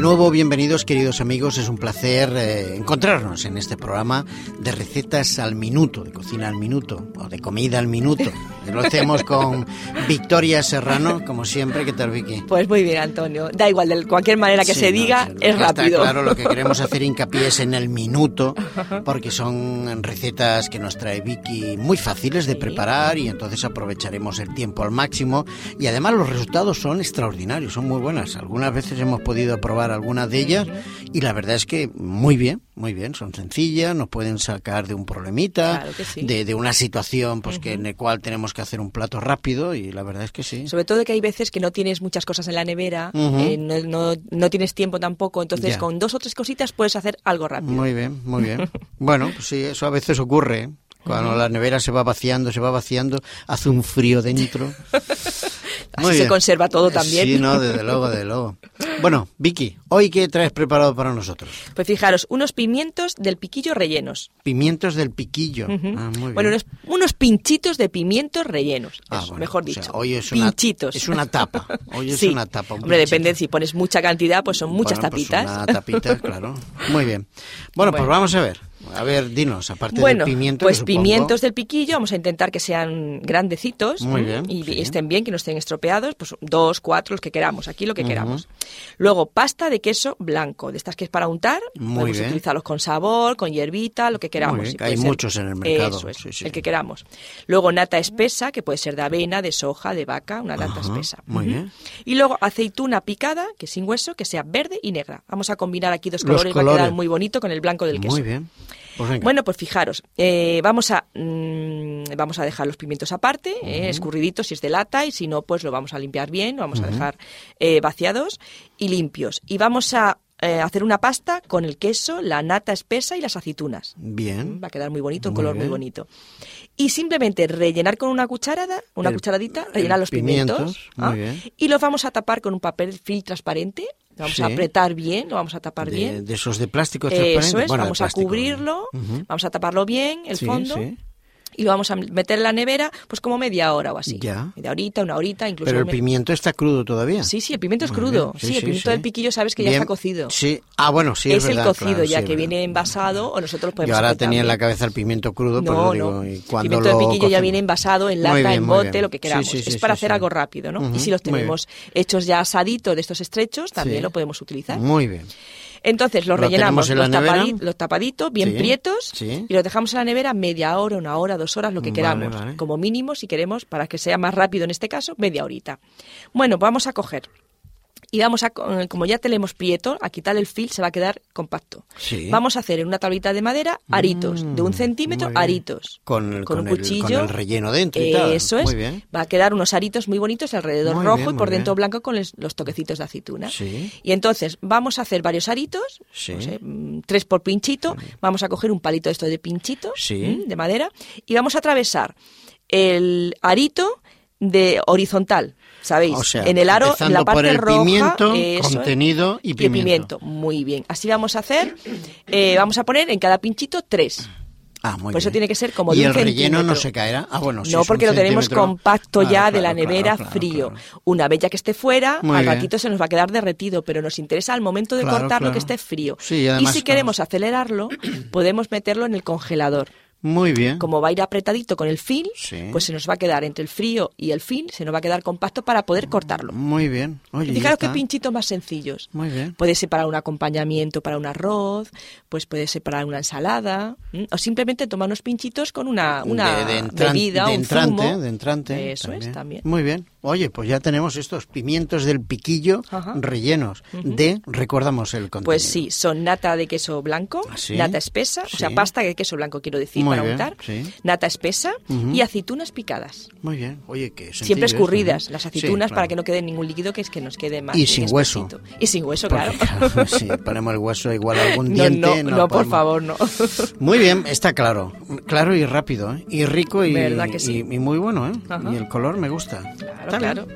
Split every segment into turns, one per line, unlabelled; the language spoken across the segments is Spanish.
nuevo bienvenidos, queridos amigos. Es un placer eh, encontrarnos en este programa de recetas al minuto, de cocina al minuto o de comida al minuto. Lo hacemos con Victoria Serrano, como siempre. ¿Qué tal, Vicky?
Pues muy bien, Antonio. Da igual, de cualquier manera que
Sí,
se
no,
diga,
sí, lo
es
que está
rápido.
claro, lo que queremos hacer hincapié es en el minuto, porque son recetas que nos trae Vicky muy fáciles de preparar y entonces aprovecharemos el tiempo al máximo. Y además los resultados son extraordinarios, son muy buenas. Algunas veces hemos podido probar algunas de ellas y la verdad es que muy bien, muy bien. Son sencillas, nos pueden sacar de un problemita,
Claro que sí.
de, de una situación pues que en el cual tenemos que hacer un plato rápido y la verdad es que sí.
Sobre todo que hay veces que no tienes muchas cosas en la nevera,
Ujú.
eh, no, no- no tienes tiempo tampoco, entonces
Ya.
con dos o tres cositas puedes hacer algo rápido.
Muy bien, muy bien. Bueno, pues sí, eso a veces ocurre. ¿eh? Cuando la nevera se va vaciando, se va vaciando, hace un frío dentro.
Así se conserva todo también.
Sí, no, desde luego, desde luego. Bueno, Vicky, ¿hoy qué traes preparado para nosotros?
Pues fijaros, unos pimientos del piquillo rellenos.
Pimientos del piquillo.
Ujú.
Ah, muy bien.
bueno, unos, unos pinchitos de pimientos rellenos,
Ah,
eso,
bueno,
mejor
o sea,
dicho.
hoy es una,
pinchitos.
Es una tapa. Hoy es
Sí.
una tapa. un
Hombre,
pinchito.
depende, si pones mucha cantidad, pues son muchas
Bueno, pues
tapitas.
una tapita, claro. Muy bien. Bueno, pues
Bueno.
vamos a ver. A ver, dinos, aparte
Bueno,
del pimiento. que
pues
supongo-
pimientos del piquillo, vamos a intentar que sean grandecitos
Muy
¿m?
bien,
y
sí.
estén bien, que no estén estropeados, pues dos, cuatro, los que queramos, aquí lo que queramos. Luego, pasta de queso blanco, de estas que es para untar,
Muy
podemos
bien.
utilizarlos con sabor, con hierbita, lo que queramos.
bien,
y
que hay
puede ser-
muchos en el mercado,
Eso es,
sí, sí.
el que queramos. Luego, nata espesa, que puede ser de avena, de soja, de vaca, una nata
Ajá,
espesa.
muy
Ujú.
bien.
Y luego, aceituna picada, que sin hueso, que sea verde y negra. Vamos a combinar aquí dos
Los
colores, va a
colores.
quedar muy bonito con el blanco del queso.
Muy bien. Pues venga.
Bueno, pues fijaros, eh, vamos a mm, vamos a dejar los pimientos aparte, eh, escurriditos si es de lata y si no, pues lo vamos a limpiar bien, lo vamos a dejar eh, vaciados y limpios. Y vamos a eh, hacer una pasta con el queso, la nata espesa y las aceitunas.
bien.
Va a quedar muy bonito, un
Muy
color
bien.
muy bonito. Y simplemente rellenar con una cucharada, una
El-
cucharadita,
el
rellenar los pimientos.
pimientos,
¿ah?
muy bien.
Y los vamos a tapar con un papel film transparente. Lo vamos a
Sí.
apretar bien, lo vamos a tapar
de,
bien.
de esos de plástico transparente.
Eso es,
Bueno, de
vamos a
plástico.
cubrirlo,
Ujú.
vamos a taparlo bien, el
Sí,
fondo,
sí.
y lo vamos a meter en la nevera, pues como media hora o así.
Ya.
Media horita, una horita, incluso.
Pero el
me-
pimiento está crudo todavía.
Sí, sí, el pimiento es
Muy
crudo.
bien.
Sí, el
sí.
pimiento del piquillo sabes que ya
Bien.
está cocido.
Sí. Ah, bueno, sí, es,
es el
verdad,
cocido
claro,
ya
sí,
que
es verdad.
viene envasado o nosotros
Yo
podemos
ahora
hacer
tenía en la
también.
cabeza el pimiento crudo, pero
No,
digo,
no.
¿y
El
cuándo
pimiento del
lo
piquillo ya
cocemos?
viene envasado en
Muy
lata,
bien,
en
muy
bote,
bien.
lo que
Sí,
queramos.
sí, sí,
es para
sí,
hacer
sí.
algo rápido, ¿no?
Ujú,
Y si los
muy bien.
tenemos hechos ya asaditos de estos estrechos, también
Sí.
lo podemos utilizar.
Muy bien.
Entonces los
Lo
rellenamos,
tenemos en la
los,
nevera.
tapadi- los tapaditos, bien
Sí,
prietos,
sí.
y los dejamos en la nevera media hora, una hora, dos horas, lo que
Vale,
queramos.
vale.
Como mínimo, si queremos, para que sea más rápido en este caso, media horita. Bueno, vamos a coger. Y vamos a, co- eh, como ya tenemos prieto, a quitar el fil, se va a quedar compacto.
Sí.
Vamos a hacer en una tablita de madera aritos, de un
Mm,
centímetro,
muy bien.
aritos.
Con el- con
un
el- con
cuchillo.
el relleno dentro y tal.
Eso es.
Muy bien.
Va a quedar unos aritos muy bonitos alrededor
Muy
rojo
bien,
y por
muy
dentro
bien.
blanco con les- los toquecitos de aceituna.
Sí.
Y entonces vamos a hacer varios aritos,
Sí.
no sé, mm, tres por pinchito. Vamos a coger un palito de esto de pinchito,
Sí.
mm, de madera, y vamos a atravesar el arito de horizontal, ¿sabéis?
O sea,
en el aro, en
empezando
la parte
por el
roja,
pimiento,
eso es,
contenido y
el
pimiento.
Muy bien. Así vamos a hacer, eh, vamos a poner en cada pinchito tres.
Ah, muy
Por eso
bien.
tiene que ser como
Y
de un
el relleno no
centímetro.
se caerá. Ah, bueno, sí,
No,
es un
porque lo tenemos
centímetro.
compacto ya
Claro,
de la
claro, claro,
nevera
claro,
frío.
claro.
Una vez ya que esté fuera,
Muy
al
bien.
ratito se nos va a quedar derretido, pero nos interesa al momento de
Claro,
cortarlo
claro.
que esté frío.
Sí, y además,
si
claro.
queremos acelerarlo, podemos meterlo en el congelador.
Muy bien.
Como va a ir apretadito con el fin,
Sí.
pues se nos va a quedar entre el frío y el fin, se nos va a quedar compacto para poder cortarlo.
Muy bien. Oye, ya
Y Fijaros qué Pues,
está.
pinchitos más sencillos.
Muy bien.
Puede ser para un acompañamiento, para un arroz, pues puede ser para una ensalada, ¿m? o simplemente tomar unos pinchitos con una, una
de, de entran-
bebida,
de
un
entrante,
zumo.
de entrante.
Eso es, también.
Muy bien. Oye, pues ya tenemos estos pimientos del piquillo
Ajá.
rellenos de, recordamos el contenido.
Pues sí, son nata de queso blanco,
Ah, sí.
nata espesa, o sea,
Sí.
pasta de queso blanco quiero decir
Muy
para
bien,
untar,
sí.
nata espesa y aceitunas picadas.
Muy bien. Oye, que
Siempre escurridas
¿eh?
las aceitunas para que no quede ningún líquido que es que nos quede más
Y sin hueso.
espesito. Y sin hueso, claro.
si ponemos el hueso igual algún
No,
diente.
no, no, por
podemos.
favor, no.
Muy bien, está claro. Claro y rápido, ¿eh? Y rico y,
¿Verdad que sí?
y- y muy bueno, ¿eh?
Ajá.
Y el color me gusta.
Claro,
Está bien.
claro.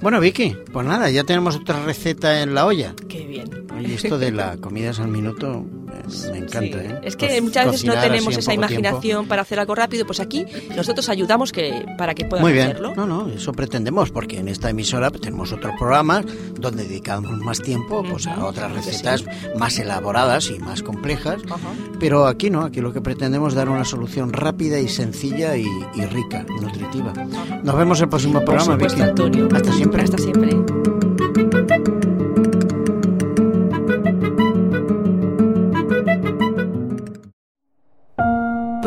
Bueno, Vicky, pues nada, ya tenemos otra receta en la olla.
Qué bien.
Oye, esto de la comida es al minuto eh, me encanta.
Sí.
¿eh?
Es que
Co-
muchas veces no
cocinar así
tenemos
en
esa
poco
imaginación
tiempo.
para hacer algo rápido, pues aquí nosotros ayudamos que para que puedan
Muy bien.
hacerlo.
No, no, eso pretendemos, porque en esta emisora pues, tenemos otros programas donde dedicamos más tiempo pues, a
Ujú,
otras
claro que
recetas más elaboradas y más complejas.
Ajá.
Pero aquí no, aquí lo que pretendemos es dar una solución rápida y sencilla y, y rica, nutritiva. Nos vemos el próximo
Por
programa,
supuesto,
Vicky.
Antonio.
Hasta siempre.
Hasta siempre.